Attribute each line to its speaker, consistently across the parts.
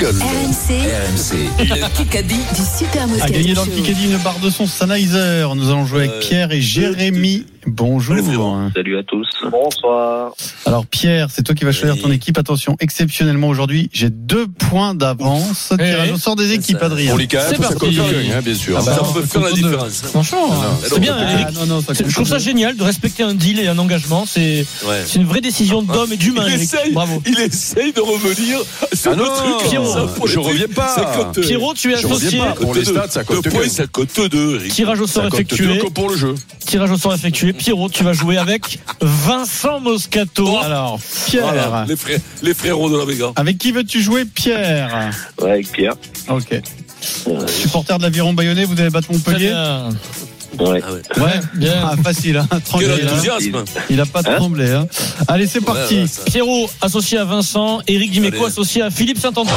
Speaker 1: RMC,
Speaker 2: RMC. Le Kikadi.
Speaker 1: du Super
Speaker 3: A
Speaker 1: Moscato
Speaker 3: gagner dans le
Speaker 1: Show.
Speaker 3: Kikadi une barre de son Sennheiser. Nous allons jouer avec
Speaker 4: Euh,
Speaker 3: Pierre et Jérémy. Bonjour.
Speaker 4: Salut à tous.
Speaker 5: Bonsoir.
Speaker 3: Alors Pierre, c'est toi qui vas choisir
Speaker 4: Oui.
Speaker 3: ton équipe. Attention, exceptionnellement aujourd'hui, j'ai deux points d'avance. Tirage au sort des équipes,
Speaker 4: ça-
Speaker 3: Adrien.
Speaker 6: On les calme,
Speaker 7: Eh. C'est
Speaker 6: ça
Speaker 7: parti.
Speaker 6: compte pour rien, hein, bien sûr.
Speaker 3: Ah bah,
Speaker 6: ça peut
Speaker 3: c'est
Speaker 6: faire la
Speaker 3: contre deux.
Speaker 6: différence.
Speaker 7: Franchement,
Speaker 6: Non,
Speaker 7: c'est bien.
Speaker 3: Ah,
Speaker 7: Eric.
Speaker 3: non, non, ça
Speaker 7: C'est-
Speaker 3: compte
Speaker 7: Je trouve
Speaker 3: pas
Speaker 7: ça
Speaker 3: deux.
Speaker 7: génial de respecter un deal et un engagement. C'est
Speaker 4: Ouais.
Speaker 7: c'est une vraie décision d'homme et d'humain.
Speaker 6: Il
Speaker 7: Eric.
Speaker 6: essaye.
Speaker 7: Bravo.
Speaker 6: Il essaye de revenir. C'est
Speaker 4: Ah
Speaker 6: le
Speaker 4: non,
Speaker 6: truc.
Speaker 7: Pierrot.
Speaker 6: ça, faut
Speaker 4: Je
Speaker 6: le truc.
Speaker 4: reviens pas.
Speaker 6: Ça cote, euh,
Speaker 7: Pierrot, tu es
Speaker 6: je reviens
Speaker 7: associé.
Speaker 6: pas. Pour les Cote stats, ça cote deux deux. points, ça cote deux. Eric.
Speaker 7: Tirage au sort
Speaker 6: Ça cote deux
Speaker 7: effectué.
Speaker 6: que pour le jeu.
Speaker 7: Tirage au sort effectué. Pierrot, tu vas jouer avec Vincent Moscato.
Speaker 3: Alors Pierre,
Speaker 6: Oh, Voilà, les, frères, les frérots de la Vega.
Speaker 3: avec qui veux-tu jouer, Pierre
Speaker 5: Ouais, avec Pierre. Euh,
Speaker 3: Ok. Supporter de l'aviron bayonnais, vous allez battre
Speaker 7: Très
Speaker 3: Montpellier.
Speaker 7: bien.
Speaker 5: Ouais.
Speaker 3: Ouais.
Speaker 7: Bien.
Speaker 3: Ah, facile, hein,
Speaker 6: Quel
Speaker 3: tranquille. hein.
Speaker 6: enthousiasme.
Speaker 3: Il a pas
Speaker 5: Hein
Speaker 3: tremblé. hein. Allez, c'est parti.
Speaker 6: Ouais, ouais, ça-
Speaker 7: Pierrot associé à Vincent, Eric Dimeco
Speaker 6: Allez.
Speaker 7: associé à Philippe Saint-Antoine.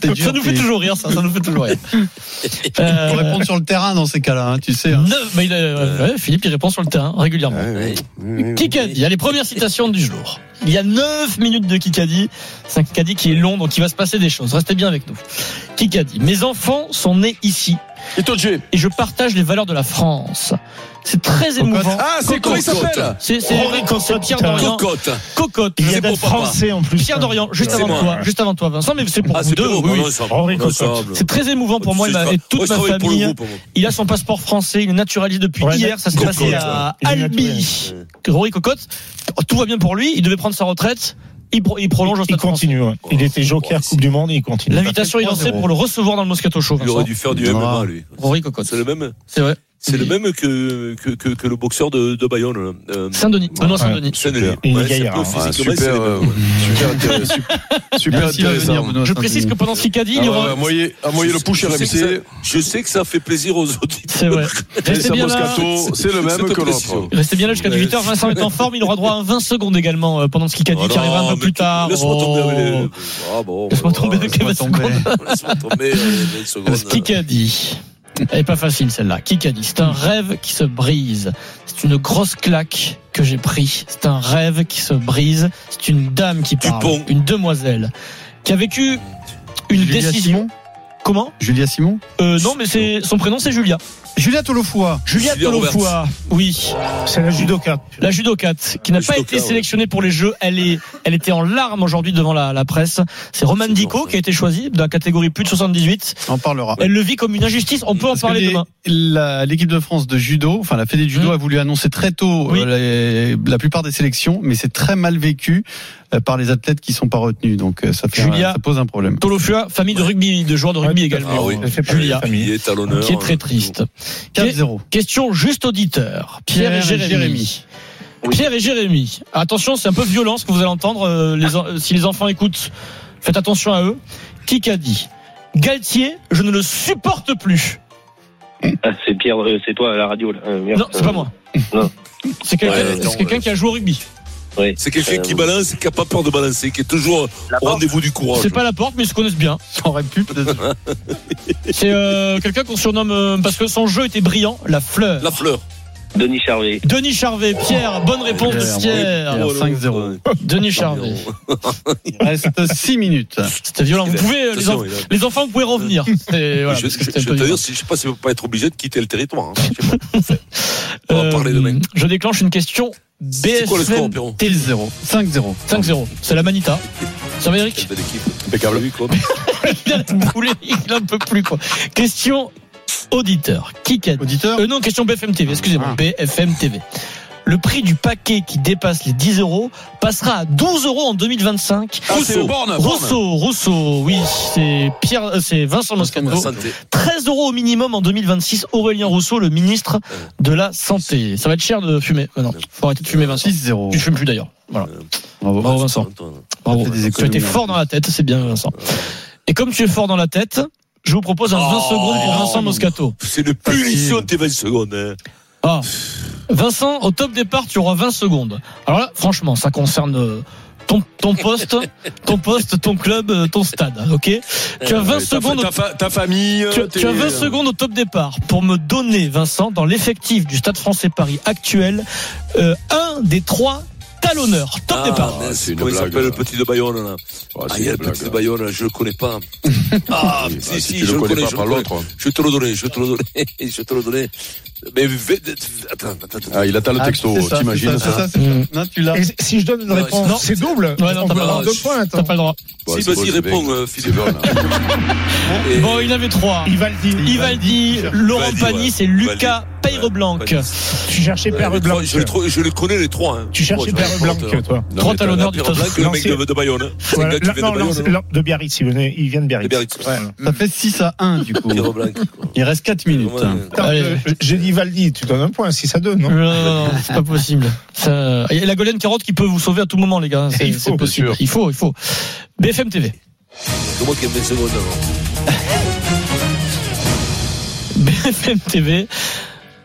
Speaker 3: T'es dur,
Speaker 7: Ça nous fait
Speaker 3: t'es-
Speaker 7: toujours rire, ça, ça nous fait toujours rire. Euh,
Speaker 3: Faut répondre sur le terrain dans ces cas-là, hein, tu sais. hein.
Speaker 7: neuf- mais il a- euh, ouais, Philippe, il répond sur le terrain régulièrement.
Speaker 6: Ouais, ouais.
Speaker 7: Kikadi, il y a les premières citations du jour. Il y a 9 minutes de Kikadi. C'est un Kikadi qui est long, donc il va se passer des choses. Restez bien avec nous. Kikadi, mes enfants sont nés ici
Speaker 6: Et toi, Jay
Speaker 7: et je partage les valeurs de la France. C'est très émouvant.
Speaker 6: Ah, c'est comment il s'appelle
Speaker 7: C'est c'est- c'est Pierre Dorian.
Speaker 6: Cocotte.
Speaker 7: Cocotte.
Speaker 6: Il y a des Français,
Speaker 7: en plus. Pierre Dorian, juste
Speaker 6: C'est
Speaker 7: avant
Speaker 6: moi.
Speaker 7: toi, juste avant toi, Vincent, mais c'est pour
Speaker 6: Ah,
Speaker 7: vous
Speaker 6: c'est
Speaker 7: deux.
Speaker 6: Pierrot.
Speaker 7: oui.
Speaker 6: non, ça- non, ça-
Speaker 7: C'est très émouvant pour moi et, ma- et toute
Speaker 6: Moi, Oh, je
Speaker 7: ma
Speaker 6: travaille pour le
Speaker 7: famille.
Speaker 6: groupe, moi.
Speaker 7: Il a son passeport français, il est naturalisé depuis
Speaker 3: Ouais,
Speaker 7: hier. Ça s'est
Speaker 6: Cocotte,
Speaker 7: passé à
Speaker 3: ouais.
Speaker 7: Albi. Rory Cocotte, tout va bien pour lui. Il devait prendre sa retraite. Il, pro- il prolonge au stade français.
Speaker 4: Il était joker Coupe du Monde, il continue.
Speaker 7: L'invitation est lancée pour le recevoir dans le Moscato Show.
Speaker 6: Il
Speaker 7: Vincent.
Speaker 6: aurait dû faire du
Speaker 3: Non.
Speaker 6: MMA, lui.
Speaker 7: Rory Cocotte.
Speaker 6: C'est le même
Speaker 7: C'est vrai.
Speaker 6: C'est le même que, que, que, que le boxeur de, de Bayonne. là. Euh,
Speaker 7: Saint-Denis. Benoît Saint-Denis.
Speaker 6: Saint-Denis.
Speaker 4: Il est
Speaker 6: Ouais, c'est
Speaker 4: gaillard,
Speaker 6: peu
Speaker 4: hein.
Speaker 6: physiquement,
Speaker 4: Ouais,
Speaker 6: c'est les
Speaker 4: super,
Speaker 6: mêmes,
Speaker 4: euh,
Speaker 6: ouais.
Speaker 4: Super
Speaker 3: Super intéressant.
Speaker 7: Je précise que pendant ce Kikadi,
Speaker 6: Ah
Speaker 7: il y aura.
Speaker 4: Moyer, à
Speaker 6: Je- je sais que ça- Je sais que ça fait plaisir aux auditeurs.
Speaker 7: C'est vrai. Restez
Speaker 4: Vincent
Speaker 7: bien là.
Speaker 4: Moscato, c'est le même
Speaker 6: Cette
Speaker 4: que l'autre.
Speaker 6: pression.
Speaker 7: Restez bien là jusqu'à
Speaker 6: Ouais.
Speaker 7: 18h. Vincent est en forme. Il aura droit à 20 secondes également euh, pendant ce Kikadi
Speaker 6: Oh
Speaker 7: qui arrivera un
Speaker 6: non,
Speaker 7: peu
Speaker 6: mais
Speaker 7: plus tard.
Speaker 6: Laisse-moi tomber avec les.
Speaker 7: Oh.
Speaker 6: Ah bon.
Speaker 7: Laisse-moi
Speaker 6: bah,
Speaker 7: tomber avec les 20 secondes.
Speaker 6: Laisse-moi tomber avec les secondes.
Speaker 7: Kikadi. Elle est pas facile celle-là. Kikadi, c'est un rêve qui se brise. C'est une grosse claque que j'ai pris. C'est un rêve qui se brise. C'est une dame qui parle,
Speaker 6: Dupont.
Speaker 7: une demoiselle qui a
Speaker 6: euh,
Speaker 7: vécu une
Speaker 3: Julia
Speaker 7: décision.
Speaker 3: Simon
Speaker 7: Comment
Speaker 3: Julia Simon
Speaker 7: euh, Non, mais c'est son prénom, c'est Julia.
Speaker 3: Julia Tolofoua.
Speaker 7: Julia
Speaker 6: Julia
Speaker 7: Tolofoa. Oui,
Speaker 4: C'est la judoka.
Speaker 7: la judokate qui n'a
Speaker 6: La
Speaker 7: pas
Speaker 6: judoka,
Speaker 7: été
Speaker 6: ouais.
Speaker 7: sélectionnée pour les Jeux. Elle est, elle était en larmes aujourd'hui devant la, la presse. C'est Roman
Speaker 6: C'est
Speaker 7: Dico
Speaker 6: bon, ça.
Speaker 7: qui a été choisie dans la catégorie plus de 78.
Speaker 3: On en parlera.
Speaker 7: Elle le vit comme une injustice. On peut en
Speaker 3: Parce que
Speaker 7: parler
Speaker 3: les-
Speaker 7: demain.
Speaker 3: la- L'équipe de France de judo, enfin la Fédé de judo
Speaker 7: Mm.
Speaker 3: a voulu annoncer très tôt
Speaker 7: Oui.
Speaker 3: euh, les- la plupart des sélections, mais c'est très mal vécu euh, par les athlètes qui sont pas retenus. Donc euh, ça, fait,
Speaker 7: Julia.
Speaker 3: un- ça pose un problème.
Speaker 7: Tolofua, famille de rugby, de joueurs de rugby également.
Speaker 6: Ah oui.
Speaker 7: Julia,
Speaker 6: Il est à l'honneur.
Speaker 7: qui est très triste. Que-
Speaker 3: 4-0.
Speaker 7: question juste auditeur. Pierre, et Jérémy.
Speaker 5: Oui.
Speaker 7: Pierre et Jérémy. Attention, c'est un peu violent ce que vous allez entendre. euh, les en- euh, si les enfants écoutent, faites attention à eux. Qui qu'a dit Galtier, je ne le supporte plus.
Speaker 5: Ah, c'est Pierre, euh, c'est toi à la radio. Là. Euh, merde.
Speaker 7: Non, c'est pas moi.
Speaker 5: Non.
Speaker 7: C'est quelqu'un
Speaker 6: Ouais,
Speaker 7: c'est
Speaker 6: non,
Speaker 7: quelqu'un
Speaker 6: ouais.
Speaker 7: qui a joué au rugby.
Speaker 5: Oui.
Speaker 6: C'est quelqu'un
Speaker 5: Euh,
Speaker 6: qui balance, qui n'a pas peur de balancer, qui est toujours
Speaker 5: La
Speaker 6: au rendez-vous du courage.
Speaker 7: Ah, C'est pas la porte, mais ils se connaissent bien.
Speaker 3: Ça aurait pu peut-être.
Speaker 7: C'est euh, quelqu'un qu'on surnomme euh, parce que son jeu était brillant, la fleur.
Speaker 6: La fleur.
Speaker 5: Denis Charvet.
Speaker 7: Denis Charvet, Pierre, bonne réponse de
Speaker 3: Pierre,
Speaker 7: Pierre.
Speaker 3: Alors, 5-0.
Speaker 7: Denis Charvet.
Speaker 3: Reste 6 minutes.
Speaker 7: C'était violent. Vous pouvez, euh, les,
Speaker 6: Attention,
Speaker 7: enf-
Speaker 6: il a-
Speaker 7: les enfants, vous pouvez revenir. C'est- voilà,
Speaker 6: je,
Speaker 7: parce que
Speaker 6: je,
Speaker 7: c'était un
Speaker 6: je
Speaker 7: peu
Speaker 6: te
Speaker 7: violent.
Speaker 6: dire, si- je sais pas si on va pas être obligé de quitter le territoire. hein. Je sais pas. on va
Speaker 7: Euh,
Speaker 6: parler demain.
Speaker 7: Je déclenche une question
Speaker 6: C'est quoi le score,
Speaker 7: BFM
Speaker 6: Pierrot
Speaker 3: 0 5-0.
Speaker 7: 5-0. C'est la manita. Ça va, Eric
Speaker 6: Quelle belle équipe. Impeccable. Ah, Oui, quoi.
Speaker 7: Il a le boulet, il en peut plus, quoi. Question auditeur. Qui Euh, qu'a
Speaker 3: Auditeur
Speaker 7: euh, Non, question BFM TV, excusez-moi.
Speaker 3: Ah.
Speaker 7: BFM TV. le prix du paquet qui dépasse les 10 euros passera à 12 euros en 2025.
Speaker 6: Ah, hein. c'est
Speaker 7: Rousseau.
Speaker 6: Borne, Borne.
Speaker 7: Rousseau, Rousseau, oui, c'est Pierre, euh, c'est Vincent
Speaker 6: La
Speaker 7: Moscato.
Speaker 6: santé.
Speaker 7: 13 euros au minimum en 2026. Aurélien Rousseau, le ministre de la Santé. Ça va être cher de fumer. Ah non, faut arrêter de fumer, Vincent.
Speaker 3: 6-0.
Speaker 7: Tu fumes plus d'ailleurs. Voilà.
Speaker 6: Euh,
Speaker 3: Bravo.
Speaker 7: Bravo, Vincent.
Speaker 6: Antoine.
Speaker 7: Bravo.
Speaker 3: Ça fait des
Speaker 7: Tu as été
Speaker 3: économies, hein.
Speaker 7: fort dans la tête, c'est bien, Vincent. Et comme tu es fort dans la tête, je vous propose un 20
Speaker 6: Oh.
Speaker 7: secondes pour Vincent Moscato.
Speaker 6: C'est une punition de tes 20 secondes. hein.
Speaker 7: Ah. Vincent, au top départ, tu auras 20 secondes. Alors là, franchement, ça concerne euh, ton, ton poste, ton poste, ton club, euh, ton stade, ok
Speaker 1: Eh,
Speaker 7: Tu as 20
Speaker 6: Ouais, ta fa-
Speaker 7: secondes au
Speaker 6: Ta, fa- ta famille.
Speaker 7: Tu,
Speaker 6: euh,
Speaker 7: tu as
Speaker 6: tes-
Speaker 7: 20 secondes au top départ pour me donner, Vincent, dans l'effectif du Stade français Paris actuel, euh, un des trois talonneurs. Top
Speaker 6: Ah,
Speaker 7: départ.
Speaker 6: mince,
Speaker 1: c'est une
Speaker 6: Comment il
Speaker 1: blague,
Speaker 6: s'appelle le
Speaker 1: ça.
Speaker 6: petit de Bayonne
Speaker 1: Ah,
Speaker 6: là Ah,
Speaker 1: c'est
Speaker 6: il y a
Speaker 1: une
Speaker 6: le
Speaker 1: blague,
Speaker 6: petit de
Speaker 1: hein.
Speaker 6: Bayonne, je le connais pas. Ah,
Speaker 1: Oui,
Speaker 6: si,
Speaker 1: bah,
Speaker 6: si,
Speaker 1: Si tu
Speaker 6: je
Speaker 1: le connais
Speaker 6: connais,
Speaker 1: pas,
Speaker 6: je
Speaker 1: par
Speaker 6: le connais.
Speaker 1: l'autre.
Speaker 6: Je te le donnais, je te le donnais, je te le donnais. Mais v- attends, attends, attends.
Speaker 1: Ah, il attend le texto,
Speaker 3: c'est ça,
Speaker 1: t'imagines
Speaker 3: c'est ça,
Speaker 1: ça
Speaker 3: c'est ça.
Speaker 7: Mmh.
Speaker 3: Non, tu l'as.
Speaker 4: Et si je donne une
Speaker 6: Ouais,
Speaker 4: réponse,
Speaker 6: non.
Speaker 4: c'est double.
Speaker 7: Ouais, non,
Speaker 4: On
Speaker 7: t'as
Speaker 4: peut
Speaker 7: pas-
Speaker 4: avoir deux points. attends.
Speaker 7: T'as pas le droit.
Speaker 1: Bon,
Speaker 6: Si,
Speaker 1: c'est bon,
Speaker 6: vas-y,
Speaker 1: c'est
Speaker 6: réponds,
Speaker 1: bon.
Speaker 6: euh, Philippe.
Speaker 1: C'est bon, là.
Speaker 6: Et-
Speaker 7: Bon, il en avait trois.
Speaker 4: Il va le dire.
Speaker 7: Ivaldi, Laurent
Speaker 6: Ivaldi, ouais.
Speaker 7: Panis et Lucas Peyreblanc.
Speaker 6: Panis.
Speaker 4: Tu cherchais
Speaker 6: Ouais,
Speaker 4: Père
Speaker 6: les
Speaker 4: Blanc.
Speaker 6: trois, je, les trou- je les connais les trois. hein.
Speaker 4: Tu cherchais
Speaker 6: Bon,
Speaker 4: Père
Speaker 6: je
Speaker 4: Blanc,
Speaker 6: raconte, hein.
Speaker 4: toi.
Speaker 7: Trois
Speaker 6: Il y en a
Speaker 7: talonneurs du
Speaker 6: Pierre
Speaker 7: Stade
Speaker 6: Blanc, le mec
Speaker 4: L'ancien-
Speaker 6: de, de Bayonne. hein. C'est
Speaker 4: Voilà.
Speaker 6: le gars qui
Speaker 4: Là,
Speaker 6: vient
Speaker 4: non,
Speaker 6: de
Speaker 4: là,
Speaker 6: Bayonne.
Speaker 4: c'est- là, de Biarritz, il venait, il vient de
Speaker 6: hein.
Speaker 4: Biarritz.
Speaker 6: Pierre
Speaker 4: Ouais.
Speaker 3: Ça fait 6 à 1 du coup.
Speaker 6: Pierre Blanc. quoi.
Speaker 3: Il reste 4 minutes.
Speaker 6: Ouais, ouais.
Speaker 4: Attends,
Speaker 7: Allez.
Speaker 4: euh, J'ai dit Valdi, tu donnes un point, 6 à 2,
Speaker 7: Non,
Speaker 4: non
Speaker 7: non, non, c'est pas possible. Ça... et la golden carotte qui peut vous sauver à tout moment, les gars. C'est
Speaker 4: Il faut,
Speaker 7: c'est
Speaker 4: bien
Speaker 7: possible.
Speaker 1: sûr.
Speaker 7: Il faut, il faut. BFM TV.
Speaker 6: C'est moi qui ai 20 secondes. hein.
Speaker 7: BFM TV.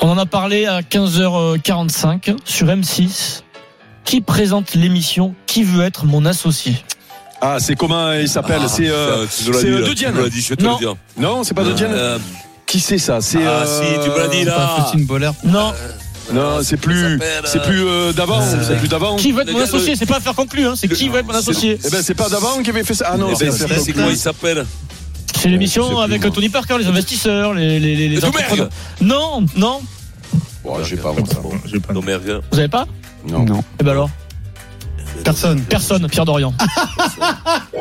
Speaker 7: On en a parlé à 15h45 sur M6. Qui présente l'émission Qui veut être mon associé
Speaker 1: Ah, c'est comment il s'appelle
Speaker 6: Ah,
Speaker 1: C'est. euh,
Speaker 6: ça, tu nous l'as
Speaker 1: c'est,
Speaker 6: dit,
Speaker 1: euh,
Speaker 6: là,
Speaker 1: De Dienne.
Speaker 6: Tu nous l'as dit, je vais te
Speaker 7: Non.
Speaker 6: le dire.
Speaker 1: Non, c'est pas de Diane
Speaker 6: Euh,
Speaker 1: Qui c'est ça C'est. euh,
Speaker 6: Ah, si, tu me l'as dit, là.
Speaker 3: Pas Faustine Boller.
Speaker 7: Non,
Speaker 1: Non, c'est plus.
Speaker 6: Ça s'appelle,
Speaker 1: C'est plus euh, d'avant.
Speaker 7: euh,
Speaker 1: C'est plus d'avant.
Speaker 7: qui veut être
Speaker 6: le
Speaker 7: mon
Speaker 6: gars,
Speaker 7: associé C'est pas à faire conclu, hein. c'est
Speaker 6: le-
Speaker 7: qui veut être mon
Speaker 6: c'est-
Speaker 7: associé
Speaker 1: Eh ben, c'est pas d'avant qui avait fait ça. Ah non,
Speaker 6: eh
Speaker 1: c'est
Speaker 6: ben, si, C'est comment il s'appelle
Speaker 7: C'est
Speaker 1: je sais
Speaker 7: l'émission
Speaker 1: plus,
Speaker 7: avec
Speaker 1: moi.
Speaker 7: Tony Parker, les investisseurs, les, les, les, les
Speaker 6: Le Domergue.
Speaker 7: entrepreneurs. Non, non,
Speaker 1: Bon, j'ai pas moi, ça.
Speaker 6: Bon,
Speaker 4: J'ai pas.
Speaker 6: Non, mais rien.
Speaker 7: vous avez pas
Speaker 1: Non.
Speaker 7: Eh ben alors
Speaker 3: Personne.
Speaker 7: Personne, Pierre Dorian.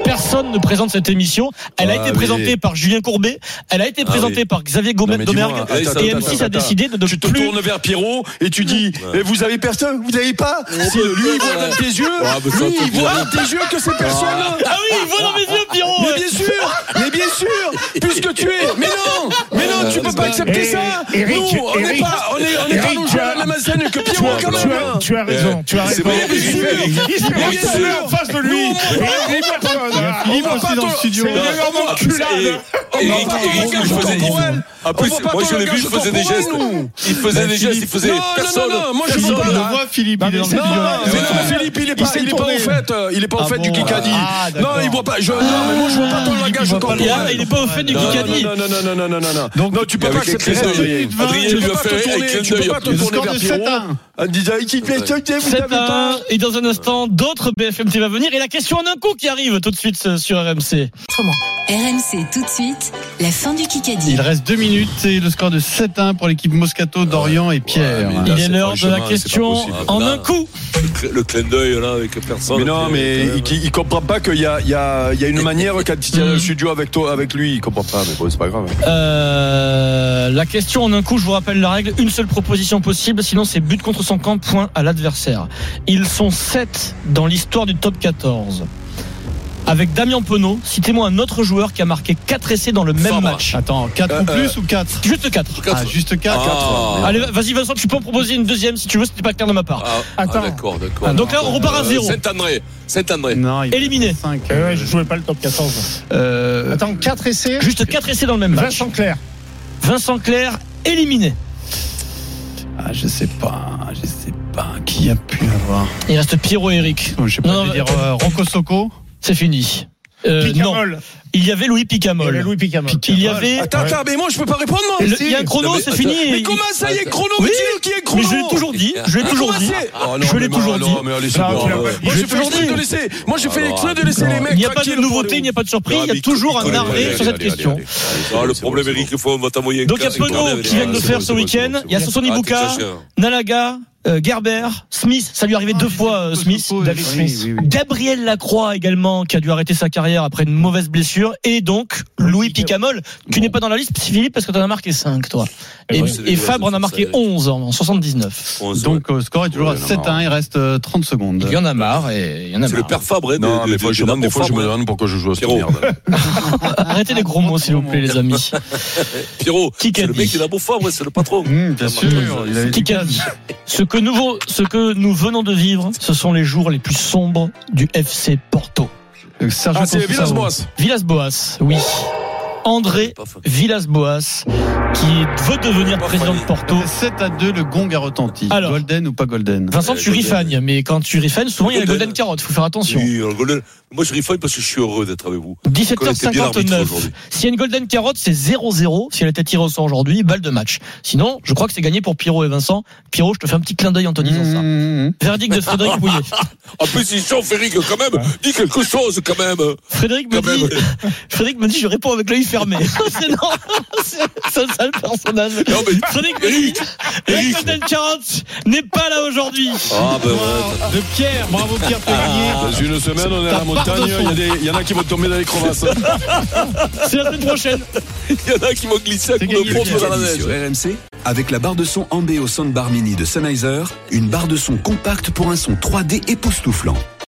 Speaker 7: Personne ne présente cette émission. Elle a
Speaker 1: Ah,
Speaker 7: été
Speaker 1: mais-
Speaker 7: présentée par Julien Courbet, elle a été
Speaker 6: Ah,
Speaker 7: présentée
Speaker 6: oui.
Speaker 7: par Xavier
Speaker 1: Non,
Speaker 7: Gomet
Speaker 1: mais
Speaker 7: Domergue.
Speaker 1: dis-moi, Ah
Speaker 6: Et
Speaker 1: attends,
Speaker 7: Et
Speaker 1: attends,
Speaker 7: M6
Speaker 1: attends,
Speaker 7: a décidé de ne
Speaker 1: Tu te
Speaker 7: plus.
Speaker 1: tournes vers Pierrot et tu dis
Speaker 6: Ouais.
Speaker 1: eh, Vous avez personne Vous n'avez pas Si lui, il voit dans tes yeux,
Speaker 6: Ah, mais ça,
Speaker 1: lui,
Speaker 6: c'est
Speaker 1: il voit dans tes yeux que c'est personne
Speaker 7: Ah oui, il voit dans mes yeux, Pierrot
Speaker 1: Mais
Speaker 7: ouais.
Speaker 1: bien sûr Mais bien sûr Puisque tu es Mais non Mais non, tu peux pas accepter
Speaker 4: Eh,
Speaker 1: ça
Speaker 4: Eric,
Speaker 1: Nous, on n'est
Speaker 4: Eric,
Speaker 1: pas, on est, on est pas
Speaker 4: Eric,
Speaker 1: non
Speaker 4: tu
Speaker 1: plus à
Speaker 4: as-
Speaker 1: la même enseigne que
Speaker 4: Tu
Speaker 1: Pierrot
Speaker 4: as,
Speaker 1: quand
Speaker 4: tu, as,
Speaker 1: même
Speaker 4: tu as raison, tu as
Speaker 6: c'est
Speaker 4: raison.
Speaker 6: bon,
Speaker 4: Il
Speaker 6: il
Speaker 4: est- il est- il
Speaker 1: bien
Speaker 4: est
Speaker 1: sûr.
Speaker 4: en face de lui. Il est personne.
Speaker 1: Il voit
Speaker 3: aussi
Speaker 1: pas
Speaker 3: dans
Speaker 1: ton-
Speaker 3: le studio.
Speaker 1: Il y a eu un
Speaker 6: Ah, moi,
Speaker 1: enculade.
Speaker 6: et-
Speaker 1: Oh, On voit
Speaker 6: Eric,
Speaker 1: pas ton
Speaker 6: Eric,
Speaker 1: langage
Speaker 6: je faisais-
Speaker 1: corporel.
Speaker 6: En plus,
Speaker 1: On voit pas
Speaker 6: moi
Speaker 1: ton
Speaker 6: je l'ai vu,
Speaker 1: langage
Speaker 6: il faisait des
Speaker 1: corporel,
Speaker 6: gestes.
Speaker 1: nous.
Speaker 6: Il faisait des gestes, il faisait
Speaker 1: Non, non,
Speaker 6: personne.
Speaker 1: non, moi je
Speaker 3: Il
Speaker 1: veux pas
Speaker 3: le
Speaker 1: là.
Speaker 3: voit, Philippe.
Speaker 1: Non,
Speaker 3: il est
Speaker 1: mais
Speaker 3: dans le
Speaker 1: non,
Speaker 3: studio.
Speaker 1: mais non,
Speaker 3: Ouais.
Speaker 1: Philippe, il est pas,
Speaker 3: s'est
Speaker 1: il est pas
Speaker 3: tourné.
Speaker 1: au fait, euh, il est pas au
Speaker 3: Ah
Speaker 1: fait du
Speaker 3: bon,
Speaker 1: Kikadi.
Speaker 3: ah, d'accord.
Speaker 1: non, il voit pas. Je, non, mais moi je vois pas ton langage
Speaker 7: Il est pas-
Speaker 1: corporel.
Speaker 7: Ah, Il est pas au fait du
Speaker 1: Non,
Speaker 7: Kikadi.
Speaker 1: Non, non, non, non, non, non, non, non. Donc, non, tu peux
Speaker 6: avec
Speaker 1: pas
Speaker 6: les
Speaker 1: accepter
Speaker 6: clins
Speaker 1: ça.
Speaker 6: d'œil.
Speaker 1: Adrien.
Speaker 6: Adrien,
Speaker 1: tu
Speaker 6: il
Speaker 1: peux
Speaker 6: lui a
Speaker 1: pas
Speaker 6: fait
Speaker 1: te
Speaker 6: un
Speaker 1: tourner,
Speaker 6: clin
Speaker 1: tu peux
Speaker 6: d'œil.
Speaker 1: pas te
Speaker 3: Le
Speaker 1: tourner
Speaker 3: score
Speaker 1: vers
Speaker 3: de
Speaker 1: Pierrot
Speaker 3: 7-1.
Speaker 1: en disant, il te plaît, tu t'es- vous
Speaker 7: 7
Speaker 1: savez pas.
Speaker 3: hein.
Speaker 7: à 1, et dans un instant, d'autres BFM TV va venir. Et la question en un coup qui arrive tout de suite euh, sur RMC.
Speaker 8: RMC tout de suite, la fin du Kikadi.
Speaker 3: Il reste 2 minutes et le score de 7-1 pour l'équipe
Speaker 1: Ah
Speaker 3: Moscato, Dorian et Pierre.
Speaker 6: Ouais, mais
Speaker 7: Il
Speaker 6: Là,
Speaker 7: est
Speaker 6: c'est
Speaker 7: l'heure de la
Speaker 6: franchement, c'est pas
Speaker 7: question
Speaker 6: possible.
Speaker 7: en
Speaker 6: Là,
Speaker 7: un coup.
Speaker 6: Le cl- Le clin d'œil là avec
Speaker 3: Ah,
Speaker 6: personne.
Speaker 1: Mais non, mais il, il comprend pas qu'il y a, il y a, il y a une manière quand il est dans
Speaker 3: Mmh.
Speaker 7: Mhm.
Speaker 1: le studio avec toi, avec lui, il comprend pas. Mais bon, c'est pas grave.
Speaker 7: Euh, la question en un coup, je vous rappelle la règle, une seule proposition possible, sinon c'est but contre son camp, point à l'adversaire. Ils sont 7 dans l'histoire du top 14. Avec Damien Penaud, citez-moi un autre joueur qui a marqué 4 essais dans le même
Speaker 6: Fabre.
Speaker 7: match.
Speaker 3: Attends, 4
Speaker 1: Euh,
Speaker 3: ou
Speaker 1: euh,
Speaker 3: plus ou 4
Speaker 7: Juste 4.
Speaker 3: Ah, juste 4.
Speaker 6: Ah,
Speaker 7: Allez, vas-y Vincent, tu peux en proposer une deuxième si tu veux, c'était pas clair de ma part.
Speaker 6: ah, ah,
Speaker 4: Attends.
Speaker 6: d'accord, d'accord.
Speaker 7: Donc là, on repart à
Speaker 6: Euh,
Speaker 7: 0.
Speaker 6: Saint-André. Saint-André.
Speaker 3: Non, il
Speaker 7: Éliminé.
Speaker 3: 5.
Speaker 4: Euh, ouais, je jouais pas le top 14.
Speaker 3: Euh,
Speaker 4: Attends, 4 essais.
Speaker 7: Juste 4 essais dans le même match.
Speaker 4: Vincent Clair.
Speaker 7: Vincent Clair, éliminé.
Speaker 3: ah, je sais pas, je sais pas qui a pu avoir.
Speaker 7: Il reste Pierrot et Eric.
Speaker 3: Je sais pas,
Speaker 7: Non,
Speaker 3: je vais
Speaker 7: non,
Speaker 3: dire euh, Rocco Soko.
Speaker 7: C'est fini. Euh, non,
Speaker 4: Picamol.
Speaker 7: il y avait Louis Picamol.
Speaker 4: Et Louis Picamol.
Speaker 7: Il y avait.
Speaker 1: Attends,
Speaker 4: Ouais.
Speaker 1: attends, mais moi je peux pas répondre. Moi.
Speaker 7: Le- Il y a un
Speaker 6: Non,
Speaker 7: chrono,
Speaker 6: mais
Speaker 7: c'est
Speaker 6: attends.
Speaker 7: fini.
Speaker 1: Mais
Speaker 7: Il-
Speaker 1: comment ça, il y a chrono
Speaker 7: Oui.
Speaker 1: Mais dis-le qui est chrono.
Speaker 7: Mais je l'ai toujours dit, je l'ai
Speaker 1: Mais
Speaker 7: toujours
Speaker 1: comment
Speaker 7: dit.
Speaker 1: c'est Oh, non,
Speaker 7: Je
Speaker 1: mais
Speaker 7: l'ai
Speaker 1: non,
Speaker 7: toujours
Speaker 1: non,
Speaker 7: dit.
Speaker 1: mais allez, c'est
Speaker 4: Non,
Speaker 1: bon.
Speaker 4: tu l'as pas dit.
Speaker 1: Moi j'ai
Speaker 7: Je l'ai
Speaker 1: fait
Speaker 7: toujours
Speaker 1: exprès de
Speaker 7: dit.
Speaker 1: laisser. Moi j'ai fait
Speaker 6: Alors,
Speaker 1: exprès de laisser les mecs.
Speaker 7: Il n'y a pas de
Speaker 1: tranquilles pour
Speaker 7: nouveauté,
Speaker 1: aller
Speaker 7: il n'y a pas de surprise,
Speaker 6: Ah,
Speaker 7: il y
Speaker 6: mais
Speaker 7: a toujours
Speaker 6: écoute,
Speaker 7: un
Speaker 6: écoute, allez,
Speaker 7: arrêt
Speaker 6: allez,
Speaker 7: sur cette question.
Speaker 6: Ah, le problème, Eric, il faut, on va t'envoyer un
Speaker 7: Donc il y a
Speaker 6: casque.
Speaker 7: Penaud qui
Speaker 6: Ah,
Speaker 7: vient de le
Speaker 6: c'est
Speaker 7: faire
Speaker 6: bon,
Speaker 7: ce
Speaker 6: c'est bon,
Speaker 7: week-end,
Speaker 6: c'est
Speaker 7: il y a
Speaker 6: bon.
Speaker 7: Sosoni
Speaker 6: Ah, t'es
Speaker 7: Bouka,
Speaker 6: caché, hein.
Speaker 7: Nalaga, euh, Gerber, Smith, ça lui est arrivé
Speaker 3: Ah,
Speaker 7: deux
Speaker 3: Smith,
Speaker 7: fois euh,
Speaker 3: Smith,
Speaker 7: Smith.
Speaker 3: Smith,
Speaker 7: David
Speaker 3: oui,
Speaker 7: Smith.
Speaker 3: oui, oui.
Speaker 7: Gabriel Lacroix également, qui a dû arrêter sa carrière après une mauvaise blessure. Et donc
Speaker 6: Ah,
Speaker 7: Louis Picamol, qui n'est pas dans la liste, Philippe, parce que t'en as marqué 5 toi.
Speaker 6: Ah
Speaker 7: Et,
Speaker 6: oui, c'est
Speaker 7: et
Speaker 6: dégueulasse
Speaker 7: Fabre en
Speaker 6: de
Speaker 7: a
Speaker 6: faire
Speaker 7: marqué
Speaker 6: ça,
Speaker 7: 11 en en 79.
Speaker 6: On se-
Speaker 3: Donc, euh, score est toujours à
Speaker 6: Ouais, non,
Speaker 3: 7 à 1, il reste euh, 30 secondes.
Speaker 7: Il y en a marre et il y en a
Speaker 6: C'est le
Speaker 7: marre.
Speaker 6: père Fabre. hein,
Speaker 1: Non,
Speaker 6: de-
Speaker 1: mais
Speaker 6: de-
Speaker 1: fois,
Speaker 6: de-
Speaker 1: je,
Speaker 6: de-
Speaker 1: des fois, je me demande pourquoi je joue à cette
Speaker 6: Pierrot.
Speaker 1: merde.
Speaker 7: Arrêtez les gros mots s'il vous plaît les amis.
Speaker 6: Pierrot,
Speaker 7: Qui
Speaker 6: c'est
Speaker 7: qu'a
Speaker 6: le
Speaker 7: dit
Speaker 6: mec qui est dans beau Fabre, c'est le patron.
Speaker 3: Mmh, bien sûr, il avait du
Speaker 7: Qui a dit ce que, nous, ce que nous venons de vivre, ce sont les jours les plus sombres du FC Porto.
Speaker 3: Euh, Sergio
Speaker 1: Ah, c'est
Speaker 3: Conceição.
Speaker 1: Villas-Boas.
Speaker 7: Villas-Boas, oui. André Villas-Boas, qui veut devenir
Speaker 6: Pas
Speaker 7: président de
Speaker 6: funny.
Speaker 7: Porto.
Speaker 3: C'est 7 à 2, le gong a retenti.
Speaker 7: Alors.
Speaker 3: golden ou pas golden
Speaker 7: Vincent,
Speaker 6: Euh,
Speaker 7: tu
Speaker 6: Golden.
Speaker 7: rifagnes, mais quand tu rifagnes, souvent il y a la
Speaker 6: Golden.
Speaker 7: golden carotte, faut faire attention.
Speaker 6: Oui, alors, Golden. Moi, je rifaille parce que je suis heureux d'être avec vous. Qu'on était bien arbitre
Speaker 7: 17h59.
Speaker 6: aujourd'hui.
Speaker 7: S'il y a une golden carotte, c'est 0-0. Si elle était tirée au sort aujourd'hui, balle de match. Sinon, je crois que c'est gagné pour Pierrot et Vincent. Pierrot, je te fais un petit clin d'œil en te disant ça.
Speaker 3: Mmh, mmh.
Speaker 7: Verdict de Frédéric Bouillet.
Speaker 6: En plus, ils sont Féric, quand même. Dis quelque chose, quand même.
Speaker 7: Frédéric me
Speaker 6: Quand même.
Speaker 7: dit, Frédéric me dit, je réponds avec l'œil fermé. c'est non, c'est c'est un sale personnage.
Speaker 6: Non, mais.
Speaker 7: Frédéric me dit,
Speaker 6: Eric Eric
Speaker 7: la Golden Carotte n'est pas là aujourd'hui.
Speaker 6: Ah, ben ouais.
Speaker 7: De Pierre, bravo Pierre Pellier.
Speaker 1: Dans Ah, ben, une semaine, on est à
Speaker 7: Ta
Speaker 1: la
Speaker 7: part de
Speaker 1: montagne, il y a des- il y, en a qui vont tomber dans les crevasses.
Speaker 6: Ah.
Speaker 7: C'est la semaine prochaine.
Speaker 6: Il y en a qui vont glisser à coup
Speaker 3: gagné,
Speaker 6: de pompe dans la
Speaker 9: Sur
Speaker 6: neige.
Speaker 9: RMC, avec la barre de son Ambeo Soundbar Mini de Sennheiser, une barre de son compacte pour un son 3D époustouflant.